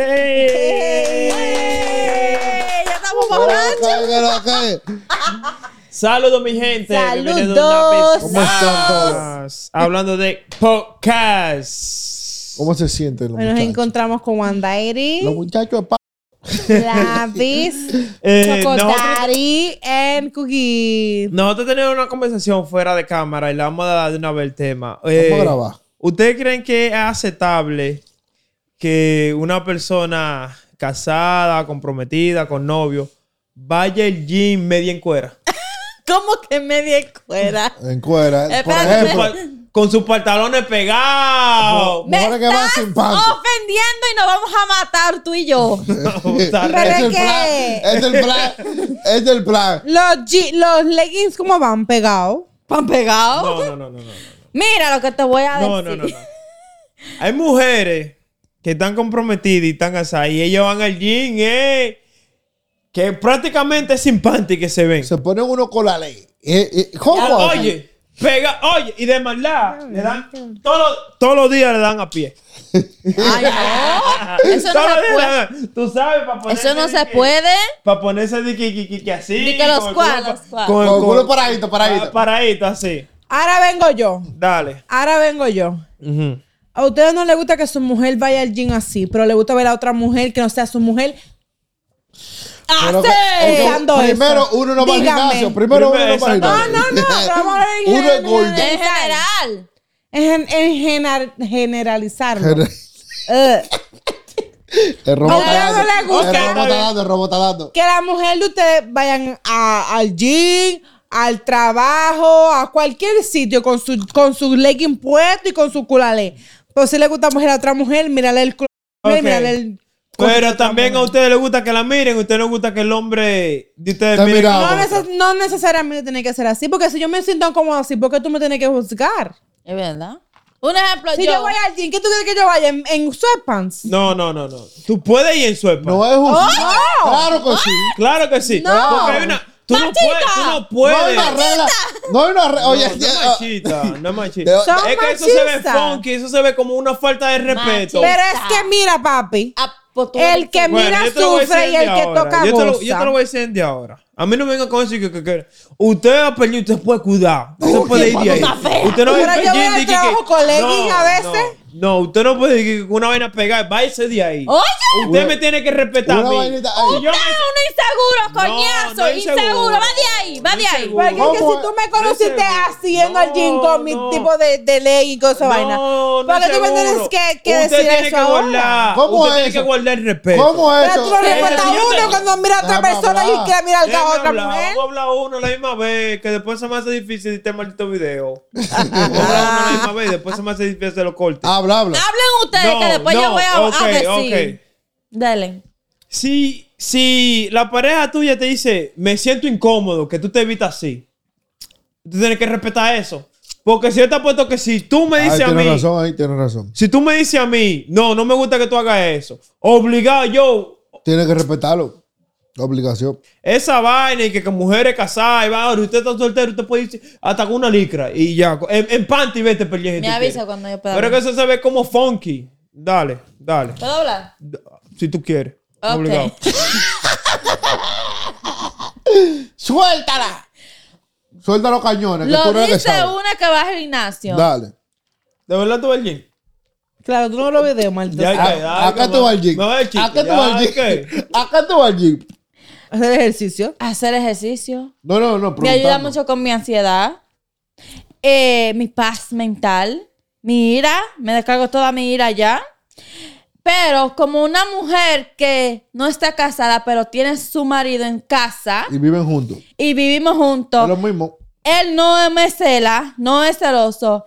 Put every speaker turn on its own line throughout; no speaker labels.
Saludos, mi gente. Bienvenidos
Saludos.
una vez
¿Cómo están todos?
más. Hablando de podcast.
¿Cómo se sienten los
Nos
muchachos?
encontramos con
Los
Wandairi,
muchachos de pa-
Lavis,
Eh, nosotros,
Chocotari and Cookie.
nosotros tenemos una conversación fuera de cámara y le vamos a dar de una vez el tema. Eh,
Vamos a grabar.
¿Ustedes creen que es aceptable que una persona casada, comprometida, con novio, vaya al gym media en cuera?
¿Cómo que media escuela?
En cuera. eh, Por
Espérate.
ejemplo,
Con sus pantalones pegados.
Me
mujeres que van
estás
sin panty.
ofendiendo y nos vamos a matar tú y yo.
O sea,
Pero
es
es
el plan.
que-
Es el plan. Es el plan.
Los, je- los leggings, ¿cómo van? ¿Pegados? ¿Van pegados?
No, no, no, no, no. no.
Mira lo que te voy a
No,
decir.
no, no, no. Hay mujeres que están comprometidas y están casadas y ellas van al gym, eh, que prácticamente es sin panty que se ven. Ah,
Se ponen uno con la ley. Eh, eh, ¿Cómo?
Oye, pega, oye, y de maldad, le dan, todos, todos los días le dan a pie.
Ay, no. Ah, Eso no
Todos los
se
días
puede.
le dan- Tú sabes, para ponerse.
Eso no
de
se
que-
puede.
Para ponerse de que, que, que, que así.
De que los
con el culo
cual,
pa-
los cual.
Con
Con
el
el culo
culo
paradito, paradito.
pa- paradito, así.
Ahora vengo yo.
Dale.
Ahora vengo yo.
Ujú.
A ustedes no les gusta que su mujer vaya al gym así, pero le gusta ver a otra mujer que no sea su mujer.
Pero
¡Así!
que- eh,
Usando
primero
eso.
uno no va al
Dígame.
gimnasio. Primero uno
Primero,
no va al
exacto.
gimnasio.
No, no, no. pero vamos a ver en
Uno es gordo.
general-
En general.
En, en genar- generalizarlo. Eh,
El robot
Ahora
está
no
dando.
le gusta.
El robot está dando, el robot está dando.
que la mujer de ustedes vayan a- al gym, al trabajo, a cualquier sitio con su, con su legging puesto y con su culalé. Pero si le gusta mujer a otra mujer, mírale el culo. a la mujer,
Ok.
mírale el-
Pero también a ustedes les gusta que la miren, a ustedes les gusta que el hombre de ustedes
Está
mire-
mirado.
No, neces- no necesariamente tiene que ser así, porque si yo me siento incómodo así, ¿por qué tú me tienes que juzgar?
Es verdad. Un ejemplo,
Si yo,
yo.
voy al gym, ¿qué tú quieres que yo vaya? ¿En, en sweatpants?
No, no, no, no. Tú puedes ir en suepa.
No es
¡Oh!
justo. Claro que sí.
Claro que sí.
No.
Porque hay una. Tú no
Machista.
puedes. Tú no
No
puedes.
hay una regla. No hay una regla.
No,
Oye, ah,
no es machista, no es machista.
Son
es que eso se ve
machistas.
funky, eso se ve como una falta de respeto.
Machista.
Pero es que mira, papi,
a- pues tú-
el que
Bueno,
mira
yo te lo voy a
sufre
decir
y el
de
que
ahora.
toca
yo te, lo,
goza.
yo te lo voy a decir de ahora. A mí no me vengan con eso que, que, que usted va a perder, usted puede cuidar. Usted puede ir de ahí. Usted no
Ahora yo voy
perder,
al
di que-
trabajo
que-
con legging a veces.
No, no, usted no puede decir que una vaina pegar, váyase de ahí.
Oye,
Usted me tiene que respetar.
Una
a mí.
vainita ahí.
Si yo me-
Ah, uno inseguro,
No,
coñazo.
no es
inseguro.
seguro.
Va de ahí, va
No
de
es
ahí.
seguro.
Porque es que
¿Cómo
si
es?
tú me
No es
conociste
seguro.
así en el gym con mi
No, no.
tipo de, de ley y con esa
No,
vaina.
no es
Porque tú me
seguro.
tienes que, que
Usted
decir
tiene
eso
que
ahora.
guardar.
¿Cómo
usted tiene
eso?
que guardar el respeto.
¿Cómo es
Pero tú no
eso?
Eso
respetas
sí,
a
yo
uno
te-
cuando mira a otra
Déjame
persona
hablar.
y quiere mirar
Déjame
el cabo a otra
hablar,
mujer.
Vamos a hablar uno la misma vez, que después se me hace difícil este maldito video. Vamos a hablar uno la misma vez, después se me hace difícil hacer los cortes.
Habla, habla.
Hablen ustedes
No,
que después
no,
yo voy a, a
ok,
decir.
ok.
Dale.
Si, si la pareja tuya te dice, me siento incómodo que tú te evitas así, tú tienes que respetar eso. Porque si yo te apuesto que si tú me
Ahí
dices a
tienes
mí,
razón, ahí tienes razón.
si tú me dices a mí, no, no me gusta que tú hagas eso, obligado yo,
Tienes que respetarlo. Obligación.
esa vaina y que, con mujeres casadas y va, ahora usted está soltero, usted puede ir hasta con una licra y ya, en, en panty vete pelear. si
Me
tú
avisa
quieres.
cuando yo pueda.
Pero que eso se ve como funky. Dale, dale.
¿Puedo hablar?
D- Si tú quieres.
Ok.
Obligado.
¡Suéltala! Suelta los cañones, que tú
Lo
no eres que
dice
sabes.
una que va al gimnasio.
Dale.
¿De verdad tú vas al gym?
Claro, tú no lo ves, maldito.
Ya hay que
A-
darle,
acá
ma-
tú vas al gym.
Me va el chiste,
Acá tú
ya
vas al
hay
gym. Acá tú vas al gym.
Hacer ejercicio.
Hacer ejercicio.
No, no, no.
Me ayuda
preguntando.
mucho con mi ansiedad, eh, mi paz mental, mi ira, me descargo toda mi ira ya. Pero como una mujer que no está casada, pero tiene su marido en casa
Y viven juntos.
y vivimos
Es
juntos,
lo mismo.
él no me cela, no es celoso.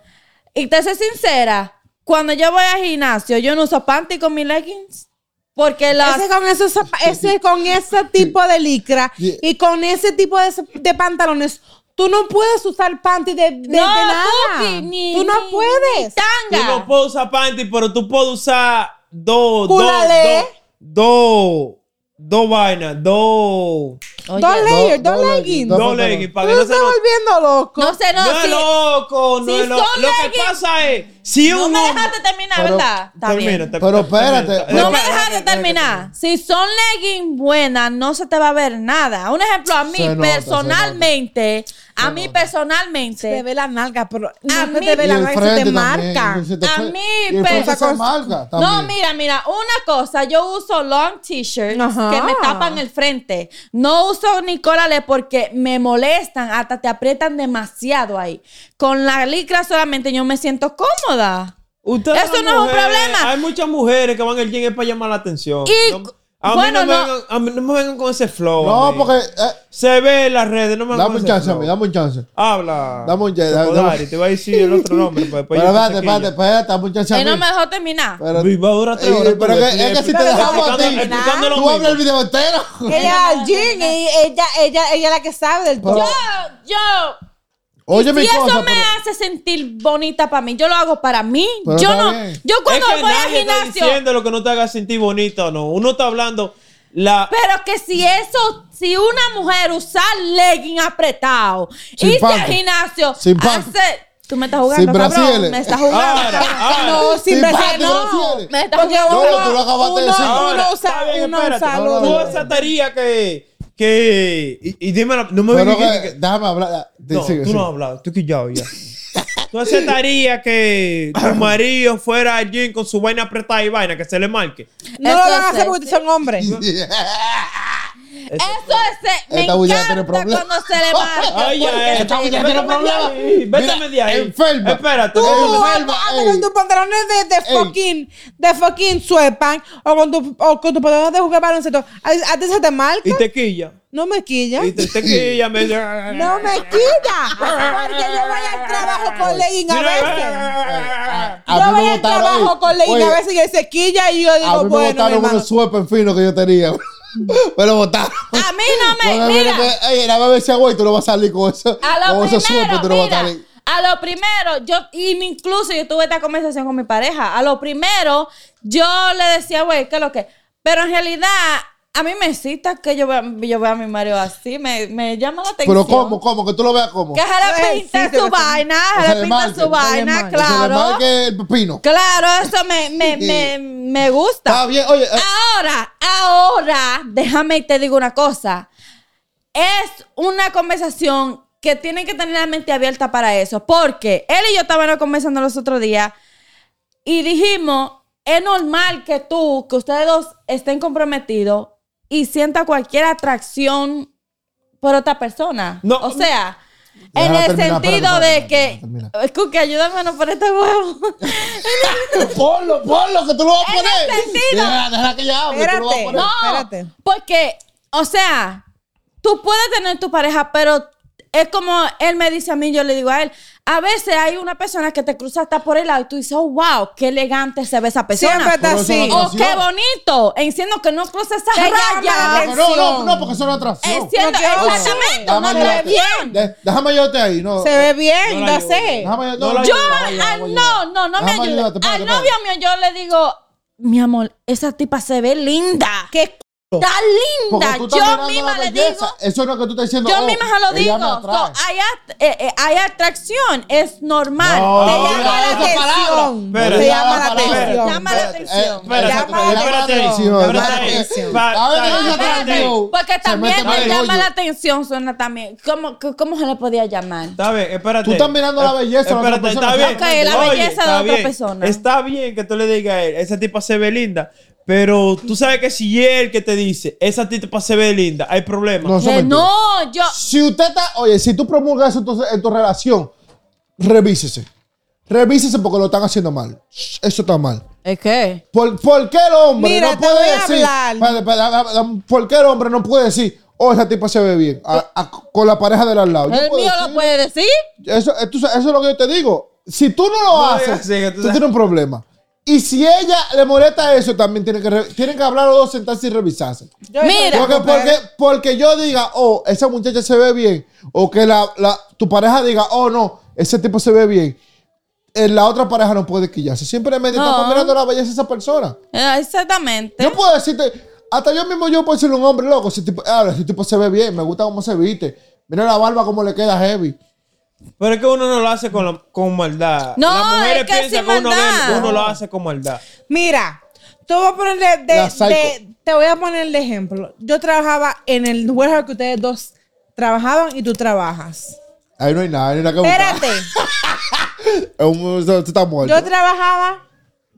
Y te soy sincera, cuando yo voy al gimnasio, yo no uso panty con mis leggings. Porque las...
Ese con, esos zapa- ese con ese tipo de licra
Yeah.
y con ese tipo de, de pantalones, tú no puedes usar panty de, de- de
No,
nada.
Tuki, ni-
tú no
ni-
puedes.
Tú
tanga.
no puedes usar panty, pero tú puedes usar dos, dos,
Culale.
dos, dos, dos vainas, dos,
Oye,
dos layers,
dos
dos
leggings.
leggings.
No,
No,
Dos
no, no.
leggings, para que no se
estás
nos
volviendo loco.
No sé, no,
No es
sí.
loco, no
Sí,
es loco.
son
Lo que
leggings.
pasa es, si
No
un
me
hombre...
dejaste terminar,
Pero-
¿verdad? Está
Termina,
bien.
te-
Pero
termina.
espérate.
Eh,
No me
Déjame-
dejaste terminar. Si son leggings buenas, no se te va a ver nada. Un ejemplo, a mí
Se nota,
personalmente, a mí
Te
personalmente,
ve la nalga, pero
A
no se
mí-
te ve
Y
la
el
nalga, se
frente
te
también,
marca.
y se te
A
fre-
mí,
y el frente
pero-
se marca
No,
también.
mira, mira, una cosa, yo uso long t-shirts
Ajá.
que me tapan el frente. No uso ni colales porque me molestan, hasta te aprietan demasiado ahí. Con la licra solamente yo me siento cómoda.
Ustedes
Eso
son
no es un problema.
Hay muchas mujeres que van al gym es para llamar la atención.
Y-
No- a,
bueno,
mí no
no.
Vengan, a mí no me vengan con ese flow. a
No,
mí.
porque. eh,
Se ve en las redes, no me vengan
dame
con ese
un chance,
flow.
amigo, dame un chance.
Habla.
Dame un chance,
Chocodari,
dame-
Te voy a decir el otro nombre. pero después
Pero
Pues yo te
espérate,
saquillo.
espérate, espérate, dame un chance a
Y no
mí.
me dejó terminar.
Espérate.
Va a durar tres
Eh,
horas,
pero que-
estoy
es que si te
explicando-
dejamos a ti,
explicando- explicando lo
Tú
mismo.
hablas el video entero.
Ella es Jean y ella, ella, ella es la que sabe del
Pero-
todo.
Yo, yo,
Oye, mi
si eso
cosa.
me
pero-
hace sentir bonita para mí, yo lo hago para mí.
Pero
yo
está
no,
bien.
yo cuando
es que
voy al
nadie está
gimnasio,
diciendo lo que no te haga sentir bonita o no. Uno está hablando la...
pero que si eso, si una mujer usa legging apretado,
Sin
irse
panty.
al gimnasio,
Sin panty.
hace- tú me estás jugando,
Sin
cabrón,
brasiles.
me estás jugando.
Ahora,
cabrón.
ahora.
No, sin
Sin
brasil,
parte,
no.
brasiles.
Me estás
Porque
jugando.
uno,
No, tú lo acabaste
uno-
de decir.
uno
Ahora,
usa,
está bien,
uno
espérate.
usa
No, no,
lo-
Tú
no.
esa teoría que... que y, y dime, la- no me
Pero
digas que-
que- déjame hablar. Sí,
No,
sí,
tú
sí.
no has hablado, tú quillado ya. ¿Tú aceptarías que tu marido fuera al gym con su vaina apretada y vaina que se le marque?
No lo van a
Entonces,
hacer porque son hombres.
Eso es, eh, me
Esta bulla tiene
encanta
problemas.
cuando se le marca.
Ay,
porque
ya, eh.
se-
Esta mujer tiene
Vétame de
problemas.
ahí, Vétame de
Mira,
ahí.
enferma.
Espérate.
Tú
espérate.
enferma,
Ah,
andas
ey.
con tus pantalones de, de
Ey.
fucking, de fucking sweatpants o con tus o con tus pantalones de jugar baloncesto. A, a ti se te marca.
Y te quilla.
No me quilla.
Y te, te quilla. Me...
No me quilla. Porque yo voy al trabajo con legging a veces.
Mira,
A
yo
mí me
voy al
botaron,
trabajo
ey,
con legging
oye,
a veces y él se quilla y yo digo,
A mí me
bueno, mi
botaron
hermano.
unos suepes finos que yo tenía. Me lo botaron.
A mí no me,
Porque,
mira.
porque, Ey, la BBC, güey, tú no vas a salir con Oh, eso.
A lo
Con esos
primero,
suepes tú no vas a
mira,
salir.
a lo primero, yo, y me- incluso yo tuve esta conversación con mi pareja, a lo primero, yo le decía, güey, ¿qué es lo que? Pero en realidad, a mí me excita que yo vea, yo vea a mi marido así, me, me llama la atención.
Pero ¿cómo? ¿Cómo? Que tú lo veas como.
Que Pues se
No
le
es
pinta
excita,
su
que se-
vaina,
que
se
se
le
le
pinta
marque,
su
que se le
vaina,
marque.
Que se le
claro.
marque el pepino.
Claro, eso me, me, me, me gusta.
Está bien, oye. eh,
Ahora, ahora, déjame y te digo una cosa. Es una conversación que tienen que tener la mente abierta para eso. Porque él y yo estábamos conversando los otros días y dijimos, es normal que tú, que ustedes dos estén comprometidos y sienta cualquier atracción por otra persona.
No.
o sea... En
Déjala
el
terminar, espérate,
sentido
espérate,
de
espérate,
que...
termina.
Cookie, ayúdame a no poner este huevo.
Ponlo, ponlo, que tú lo vas a
En el
poner.
sentido.
Deja- Déjala que ella hable, tú lo vas a
Espérate.
poner.
No,
Espérate.
porque, o sea, tú puedes tener tu pareja, pero es como él me dice a mí, yo le digo a él, a veces hay una persona que te cruza hasta por el lado y tú dices, oh, wow, qué elegante se ve esa
Siempre
persona.
está
Pero eso
así.
no
O qué bonito, enciendo que no cruza esa
Te llama
raya.
la
No, no, no,
atención.
no, porque eso no es atracción.
Enciendo,
Porque eso-
exactamente,
Déjame
una
ayudarte.
atracción.
De- Déjame ayudarte ahí, Oh, no.
Se ve bien,
No la
da
llevo.
sé.
Déjame ayudarte.
No la
Yo,
Vamos
al- no, no, no me
Vamos,
ayudes.
ayúdate,
Al
espérate,
novio mío yo le digo, mi amor, esa tipa se ve linda.
¿Qué
Está
Porque
linda.
tú estás mirando
Yo
la
misma le
belleza.
digo.
Eso no es que tú estás diciendo.
Yo
oh,
misma se lo
ella
digo.
me atrae.
So, hay, at- eh, eh, hay atracción, es normal.
No,
Te
no,
llama
no,
la
esa
atención.
atención.
Espérate.
Te llama la
Espérate.
atención.
Llama la atención.
Eh, espérate,
Llama la
espérate,
atención.
espérate,
Llama la
espérate.
atención.
Pa-
A ver,
ta-
esa
espérate.
atracción.
Porque
Se
también
mete
me
mal el
llama
rollo.
la atención, suena también. ¿Cómo, c- ¿Cómo se le podía llamar?
Está bien, espérate.
Tú estás mirando la belleza de la otra
Espérate, está
persona.
bien.
Ok, la belleza de
está
otra
bien.
persona.
Está bien que tú le digas a él, esa tipa se ve linda. Pero tú sabes que si él que te dice, esa tipa se ve linda, hay problema.
No, eso es
Que
mentira.
Eh, no, yo.
Si usted está. Oye, si tú promulgas eso en tu, en tu relación, revísese. Revísese porque lo están haciendo mal. Eso está mal.
¿Es qué?
¿Por, por qué el hombre
Mira,
no
te voy
puede
a
decir?
hablar.
Espérate, espérate, espérate, espérate, ¿Por qué el hombre no puede decir, oh, esa tipa se ve bien? a- a- con la pareja del al lado. Yo
¿El
puedo
mío lo
decir-
puede decir?
Eso, esto- eso es lo que yo te digo. Si tú no lo
No
haces,
digas eso, tú
tú
sabes.
tienes un problema. Y si ella le molesta eso, también tienen que, re- tienen que hablar los dos, sentarse y revisarse.
Yo
Mira.
soy
Porque, porque, porque yo diga, oh, esa muchacha se ve bien, o que la, la- tu pareja diga, oh, no, ese tipo se ve bien, eh, la otra pareja no puede quillarse. Simplemente
No.
estamos mirando la belleza de esa persona.
Eh, Exactamente.
Yo puedo decirte, Hasta yo mismo yo puedo decirle a un hombre, loco, ese tipo, ahora, ese tipo se ve bien, me gusta cómo se viste. Mira la barba cómo le queda heavy.
Pero es que uno no lo hace con, la- con maldad.
No,
Las mujeres
es que
piensan
sin
que uno,
maldad.
ve- uno lo hace con maldad.
Mira, te voy a poner de, de-
La psycho.
de- te voy a poner de ejemplo. Yo trabajaba en el warehouse que ustedes dos trabajaban y tú trabajas.
Ahí no hay nada, ahí no hay nada que buscar.
Espérate,
Es un- Tú estás muerto.
yo trabajaba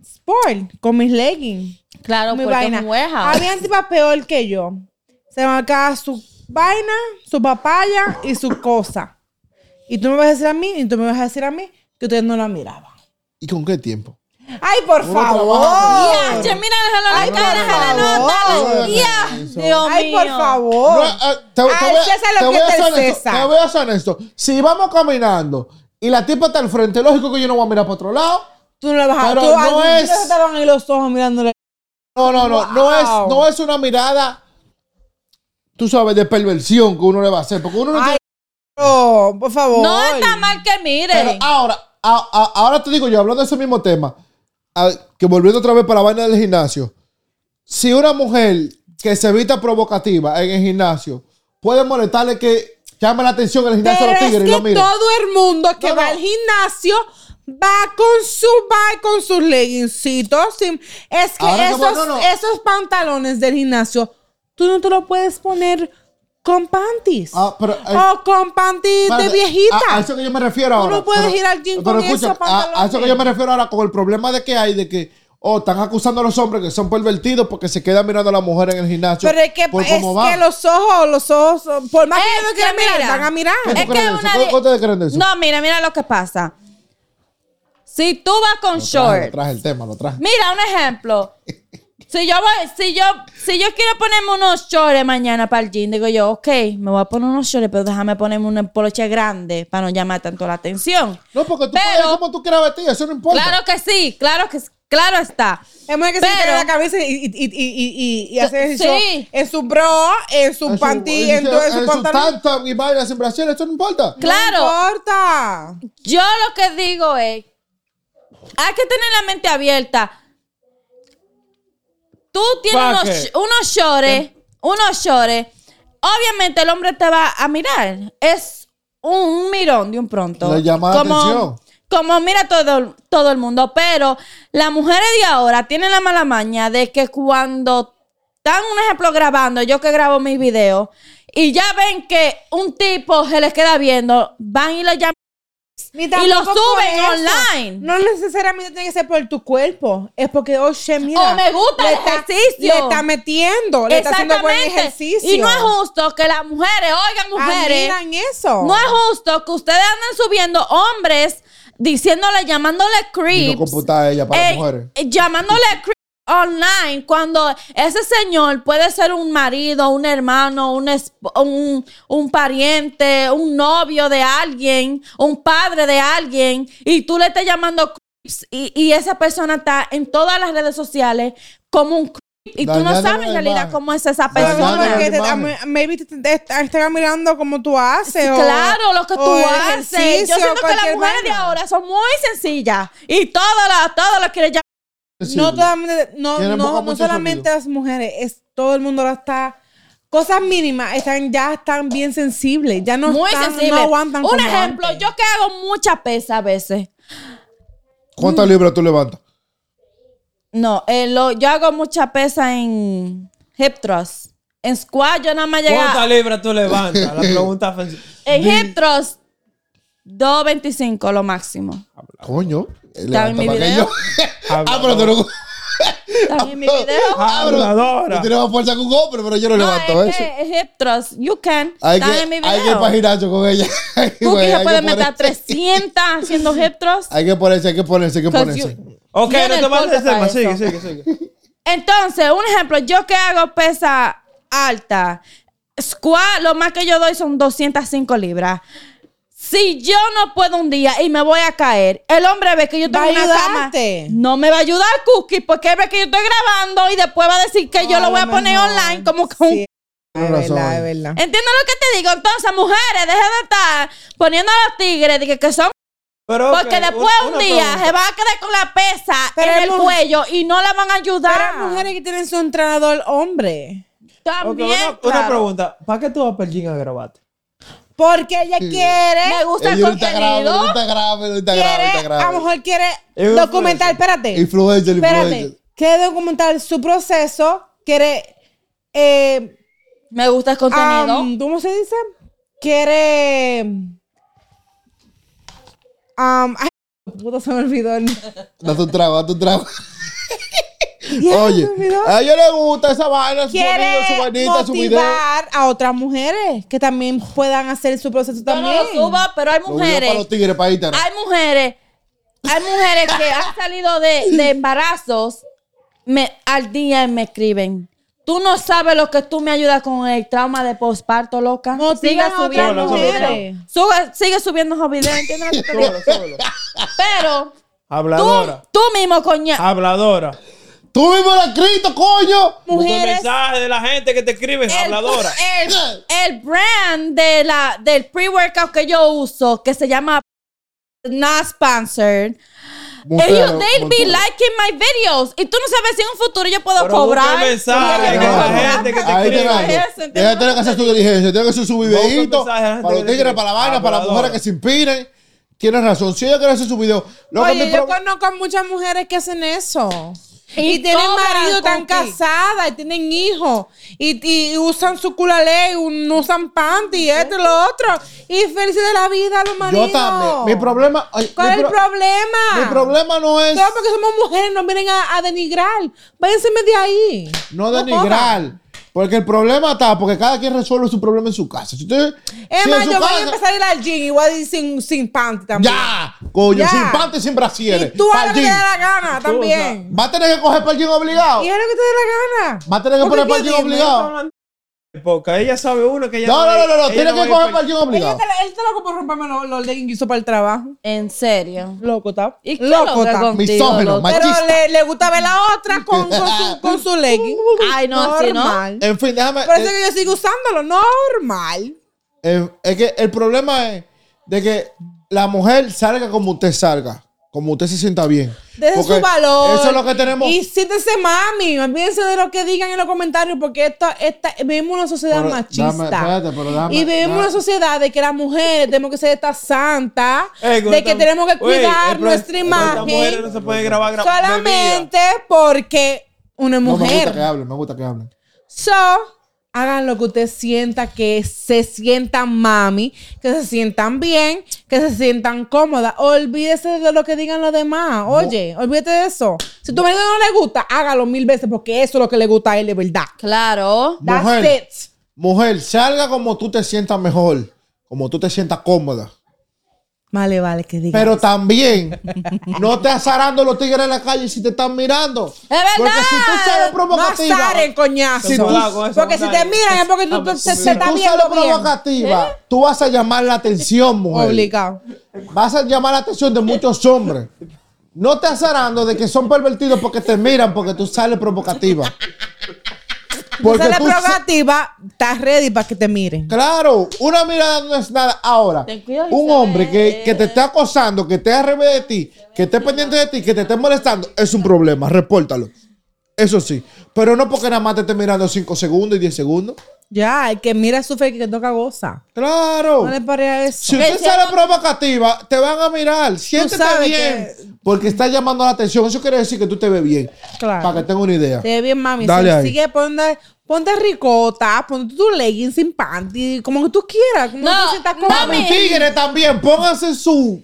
sport con mis leggings.
Claro,
mi
porque
vaina.
es un warehouse.
Había tipa peor que yo. Se marcaba su vaina, su papaya y su cosa. Y tú me vas a decir a mí, y tú me vas a decir a mí que ustedes no la miraban.
¿Y con qué tiempo?
¡Ay, por
Uno
favor!
trabaja,
Yache, mira, déjala la cara, déjala la
favor.
nota. Ya, Dios
¡Ay,
mío.
por favor!
No, ah, te, te
Al
voy a,
César lo
te
que
voy a
Oh, es del
hacer esto.
César.
Te voy a hacer esto. Si vamos caminando y la tipa está al frente, lógico que yo no voy a mirar para otro lado.
Tú no la vas a...
Pero
tú,
no
a- tú
es-
no estaban ahí los ojos mirándole.
No, no, no. No, es,
Wow.
no es una mirada, tú sabes, de perversión que uno le va a hacer. Porque uno no
Ay,
tiene-
No, por favor.
No está mal que
Pero
mire.
ahora, a- a- ahora te digo yo, hablando de ese mismo tema, a- que volviendo otra vez para la vaina del gimnasio. Si una mujer que se evita provocativa en el gimnasio puede molestarle que llame la atención el gimnasio
Pero
de los
es
tigres y lo
que
mire.
todo el mundo que
No,
va
no.
al gimnasio va con su va con sus leggincitos. sin- Es que
Ahora
esos,
como- no, no.
esos pantalones del gimnasio, tú no te los puedes poner con panties.
Ah, pero, eh,
o con panties de
Espérate,
viejita.
A, a eso que yo me refiero ahora.
no puedes ir al gym con esos
a, a eso que
pantalones.
yo me refiero ahora con el problema de que hay de que oh, están acusando a los hombres que son pervertidos porque se quedan mirando a la mujer en el gimnasio.
Pero es que,
por
es
cómo va.
que los ojos, los ojos, por más
Es
que no quieran
que
mirar,
mira.
van a mirar.
¿Qué tú
es que
crees de
una
eso? ¿Cómo-
di-
cómo ustedes creen de eso?
No, mira, mira lo que pasa. Si tú vas con
Traje, lo
short,
Ah, traje el tema, lo traje.
mira un ejemplo. Si yo voy, si yo, si yo quiero ponerme unos shorts mañana para el gym, digo yo, ok, me voy a poner unos shorts, pero déjame ponerme un poloche grande para no llamar tanto la atención.
No, porque tú
Pero-
puedes ir como tú quieras vestir, eso no importa.
Claro que sí, claro que claro está.
Es más que se
Pero-
quita la cabeza y, y, y, y, y- y hace
Sí.
eso en su bro, en su
En su-
panty,
en
en,
su-
todo- en su
en su
pantalón.
tanto y bailas en Brasil, eso no importa.
Claro.
No importa.
Yo lo que digo es, hay que tener la mente abierta. Tú tienes
¿Pa'
unos,
qué?
sh- unos shorts, unos shorts. Obviamente el hombre te va a mirar. Es un mirón de un pronto.
Le llama la atención.
Como mira todo, todo el mundo. Pero las mujeres de ahora tienen la mala maña de que cuando están, un ejemplo, grabando, yo que grabo mis videos, y ya ven que un tipo se les queda viendo, van y le llaman.
Ni
lo
tampoco
suben
por eso.
online.
No necesariamente tiene que ser por tu cuerpo. Es porque, oye, mira.
O me gusta el ejercicio.
Le está metiendo. Le está haciendo buen ejercicio.
Y no es justo que las mujeres, oigan mujeres,
Admiran eso.
no es justo que ustedes andan subiendo hombres diciéndole, llamándole
Y no
creeps.
computa ella para
eh,
las mujeres.
eh, Llamándole creeps online cuando ese señor puede ser un marido, un hermano, un, esp- un, un pariente, un novio de alguien, un padre de alguien, y tú le estás llamando creeps y, y esa persona está en todas las redes sociales como un creep. Y tú no
Dañando
sabes en
la
realidad
imagen.
cómo es esa
Pero
Dañando
persona.
no, porque
Dañando la
te-
imagen.
a- maybe te, te- te están mirando como tú haces. o-
Claro, lo que
o
tú
el
haces.
ejercicio,
Yo siento que las
cualquier
mujeres de
vaina.
ahora son muy sencillas. Y todas las, todas las que le llaman.
No,
Sí.
totalmente- no,
Tienen
no,
poco,
no
mucho
solamente
sonido.
las mujeres, es todo el mundo la está. Cosas mínimas están, ya están bien sensibles, ya no,
muy
están-
sensibles.
no aguantan.
Un
como
ejemplo,
antes.
yo que hago mucha pesa a veces. Mm.
¿Cuántas libras tú levantas?
No, eh, lo- yo hago mucha pesa en hip thrust. En squat yo nada más
¿Cuántas
llegaba.
libras tú levantas? La pregunta ofensiva.
En hip thrust, 2.25 lo máximo.
Coño. eh,
Está en
levanta
mi
más que
video.
yo. ah, pero tú no.
También mi video.
Ah, pero
Habladora.
Tú tienes más fuerza que un hombre, pero yo no,
No,
levanto
es
eso.
que es hip thrust, you can.
Hay
Está
que,
en mi
hay que ir
video.
para gimnasio con ella.
Tú
Güey,
que se
hay
puede
ponerse-
meter 300 haciendo hip thrust.
Hay que ponerse, hay que ponerse, hay que
'Cause
ponerse.
you-
Ok,
Yo en
no
el
te mates el
podcast
tema.
para
Sigue,
eso.
sigue, sigue.
Entonces, un ejemplo, yo que hago pesa alta, squat, lo más que yo doy son 205 libras. Si yo no puedo un día y me voy a caer, el hombre ve que yo tengo
Va a
una cama.
ayudarte.
No me va a ayudar, Cookie, porque él ve que yo estoy grabando y después va a decir que yo
No,
lo voy a
lo
poner
mejor.
online como que un
Sí,
Tienes
Es
razón.
verdad, es verdad.
Entiendo lo que te digo. Entonces, mujeres, dejen de estar poniendo a los tigres de que, que son
Pero,
Porque
ok,
después
una-
un
una
día
pregunta.
se van a quedar con la pesa
Pero
en
hay
el
mujer-
cuello y no la van a ayudar.
Pero hay mujeres que tienen su entrenador hombre.
Ok,
También,
una, una
claro.
pregunta. ¿Para qué tú vas para el gym a grabarte?
Porque ella quiere.
Me gusta el
Ella ahorita grave,
contenido.
ahorita grave, ahorita grave, ahorita
quiere a lo
grave.
mejor quiere
Es
documentar. Espérate.
Influencer, influencer.
Espérate. Quiere documentar su proceso. Quiere. Eh,
Me gusta el contenido.
am, ¿Cómo se dice? Quiere. am, ay, puta, se me olvidó. el-
Date un trago, date un trago.
Ya,
Oye,
se me olvidó.
a ella le gusta esa vaina, su sonido, su
quiere
vainita, su video.
motivar a otras mujeres que también puedan hacer su proceso
Yo no
también.
lo subo, pero hay
Los videos para los
mujeres.
tigres, para Instagram.
Hay mujeres. Hay mujeres que han salido de, de embarazos me, al día y me escriben. Tú no sabes lo que tú me ayudas con el trauma de posparto, loca.
Motivan a otras
Súbelo, súbelo,
mujeres.
Sube- sigue subiendo esos videos, ¿entiendes lo que te digo?
Súbelo, súbelo.
Pero tú,
Habladora.
tú mismo, coña.
Habladora.
Tú mismo lo has escrito, coño.
Los
Mujeres.
mensajes de la gente que te escriben. habladora.
el- el brand de la, del pre-workout que yo uso, que se llama Not Sponsored, ellos,
Montero,
they'll be
Montero.
liking my videos. Y tú no sabes si en un futuro yo puedo
Pero
cobrar.
busca el mensaje,
Sí,
que
yo puedo
la
cobrar.
gente que te
Ahí
escribe.
tenemos.
Eso, ¿entiendes?
Ella tiene que hacer su diligencia, tiene que hacer su
Busca
videito.
mensajes, gente Ah,
Para los
que le
tigres,
escribe.
para la vaina, para las
Habladora.
mujeres que se inspiren. Tienes razón. Si ella quiere hacer su video, lo que
Oye,
mi
yo
pro-
conozco a muchas mujeres que hacen eso.
Y
Y, tienen
cobran
marido,
con
están
ti.
casadas, y tienen hijos, y, y usan su culalé, y un- usan panty, y esto y lo otro. Y feliz de la vida a los maridos.
Yo también. Mi problema. ay,
¿Cuál
mi
es el
pro-
problema?
Mi problema no es
Todo porque somos mujeres, nos vienen a, a denigrar. Váyanse de ahí.
no denigrar. Porque el problema está, porque cada quien resuelve su problema en su casa. Si usted-
Es
si
más,
en su
yo voy a
casa-
empezar a ir al gym igual y sin, sin panty también.
Ya, coño,
Ya.
sin parte y sin brasieres.
Y tú haz
Pa'l
lo que te dé
gym.
la gana también.
Va a tener que coger para el gym obligado.
Y haz lo que te dé la gana.
Va a tener que
Porque
poner para el
¿qué
gym
dime?
obligado.
Porque ella sabe uno que ella
No, no, no, no, no.
ella
Tiene
no va a
que
ir
coger
pa-
para el gym obligado.
Ella está, él está loco por romperme los, los leggings que hizo para el trabajo.
En serio.
Loco, está.
¿Y qué
Loco,
logra
está.
contigo,
Misógino,
loco?
machista.
Pero le, le gusta ver la otra con, con su, con su legging.
Ay, no, sí, ¿no?
Normal.
En fin, déjame.
Por eso
eh,
que yo sigo usándolo. Normal.
eh, es que el problema es de que la mujer salga como usted salga. Como usted se sienta bien.
Desde
Porque
su valor.
Eso es lo que tenemos.
Y siéntese mami. Olvídense de lo que digan en los comentarios porque esto, esta, vivimos en una sociedad
Pero,
machista.
dame, espérate, pero dame,
y vivimos en
dame.
una sociedad de que las mujeres tenemos que ser estas santas,
Ey, con
de
esta-
que tenemos que
Güey,
cuidar
el pro-
nuestra
con esta mujer
imagen
no se puede grabar gra-
solamente porque una es
No, me gusta que
mujer.
hablen, me gusta que hablen.
So, hagan lo que usted sienta, que se sientan mami, que se sientan bien, que se sientan cómodas. Olvídese de lo que digan los demás. Oye, olvídate de eso. Si tu marido no le gusta, hágalo mil veces porque eso es lo que le gusta a él de verdad.
Claro.
That's
Mujer.
it.
Mujer, salga como tú te sientas mejor. Como tú te sientas cómoda.
Vale, vale, que diga.
Pero también, no te azarando los tigres en la calle si te están mirando. Es
verdad.
Porque si tú sales
no
provocativa.
salen, coñazo.
Si tú-
porque si te miran es porque tú te, te-
Si
te estás
tú
viendo
sales
bien. ¿Eh?
provocativa, tú vas a llamar la atención, mujer.
Obligado.
Vas a llamar la atención de muchos hombres. No te azarando de que son pervertidos porque te miran, porque tú sales provocativa.
Porque
Porque
sales
tú sa-
provocativa, estás ready para que te miren.
Claro, una mirada no es nada. Ahora,
Ten cuidado,
un
Isabel.
hombre que, que te esté acosando, que esté al revés de ti, que esté pendiente de ti, que te esté molestando, es un problema, repórtalo. Eso sí, pero no porque nada más te esté mirando 5 segundos y 10 segundos.
Ya, el que mira sufre y el que toca goza.
Claro.
No le pare a eso.
Si usted
Ese
sale
no-
provocativa, te van a mirar. Siéntete
sabes
bien. Porque está llamando la atención. Eso quiere decir que tú te ves bien.
Claro.
Para que tenga una idea.
Te ve bien, mami.
Dale
Sí,
ahí.
Sigue, ponte, ponte ricota, ponte tu legging sin panty, como que tú quieras. Como
No,
tú sientas
no,
cómoda.
Para mis tigres también, pónganse su,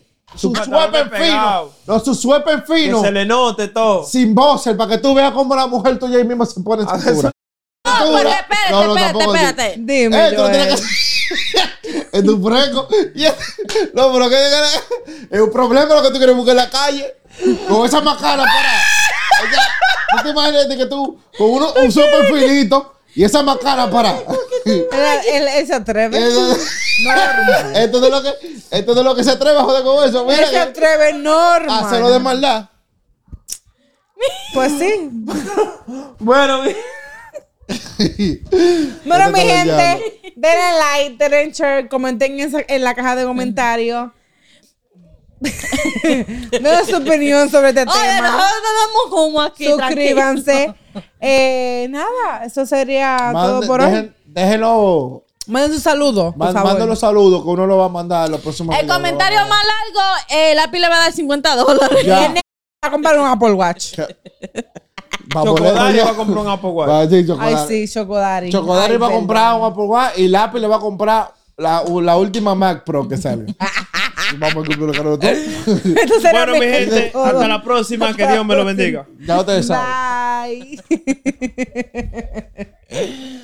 Su
su suéter
pantalón pegado.
fino. No, su suéter
Que
fino.
se le note todo.
Sin buzzer, para que tú veas cómo la mujer tuya ahí mismo se pone en
Ah,
cintura.
No,
Cintura.
pero espérate,
No, no,
espérate,
tampoco así.
espérate.
Dime,
Eh, tú no
Joel.
tienes que En tu fresco. Yeah. No, pero que es un problema lo que tú quieres buscar en la calle. Con esa macana para. Ella, no te imaginas de que tú, con uno, un súper finito y esa macana para.
Él, él- él se atreve.
Eso- Esto es de lo que, esto es de lo que se atreve a joder con eso.
Él se
Mira, que-
atreve
a hacerlo de
normal.
maldad.
Pues sí.
Bueno, mi-
Bueno,
Eso
mi
está
gente, denle like, denle share, comenten en, esa- en la caja de comentarios. Denos su opinión sobre este
Oye,
tema.
nosotros tenemos humo aquí.
Suscríbanse. Eh, nada, eso sería todo
Mande-
por hoy.
dejen- Déjenlo.
Manden su saludo, por
man-
favor.
manden los saludos que uno lo va a mandar en los próximos
El
videos.
comentario más largo, eh, la pila va a dar 50 dólares.
Ya.
a comprar un Apple Watch.
Chocolate
Chocodario
va a comprar un Apple Watch.
Va, sí,
Ay,
Chocodario.
sí, Chocodari.
Chocodario
Ay,
va a
perdón.
comprar un Apple Watch y Lápiz le va a comprar la, la última Mac Pro que sale. Vamos a cumplir lo que no tú.
Esto será
Bueno, mi gente,
todo.
hasta la próxima. Que Dios me lo bendiga.
Ya ustedes saben.
Bye.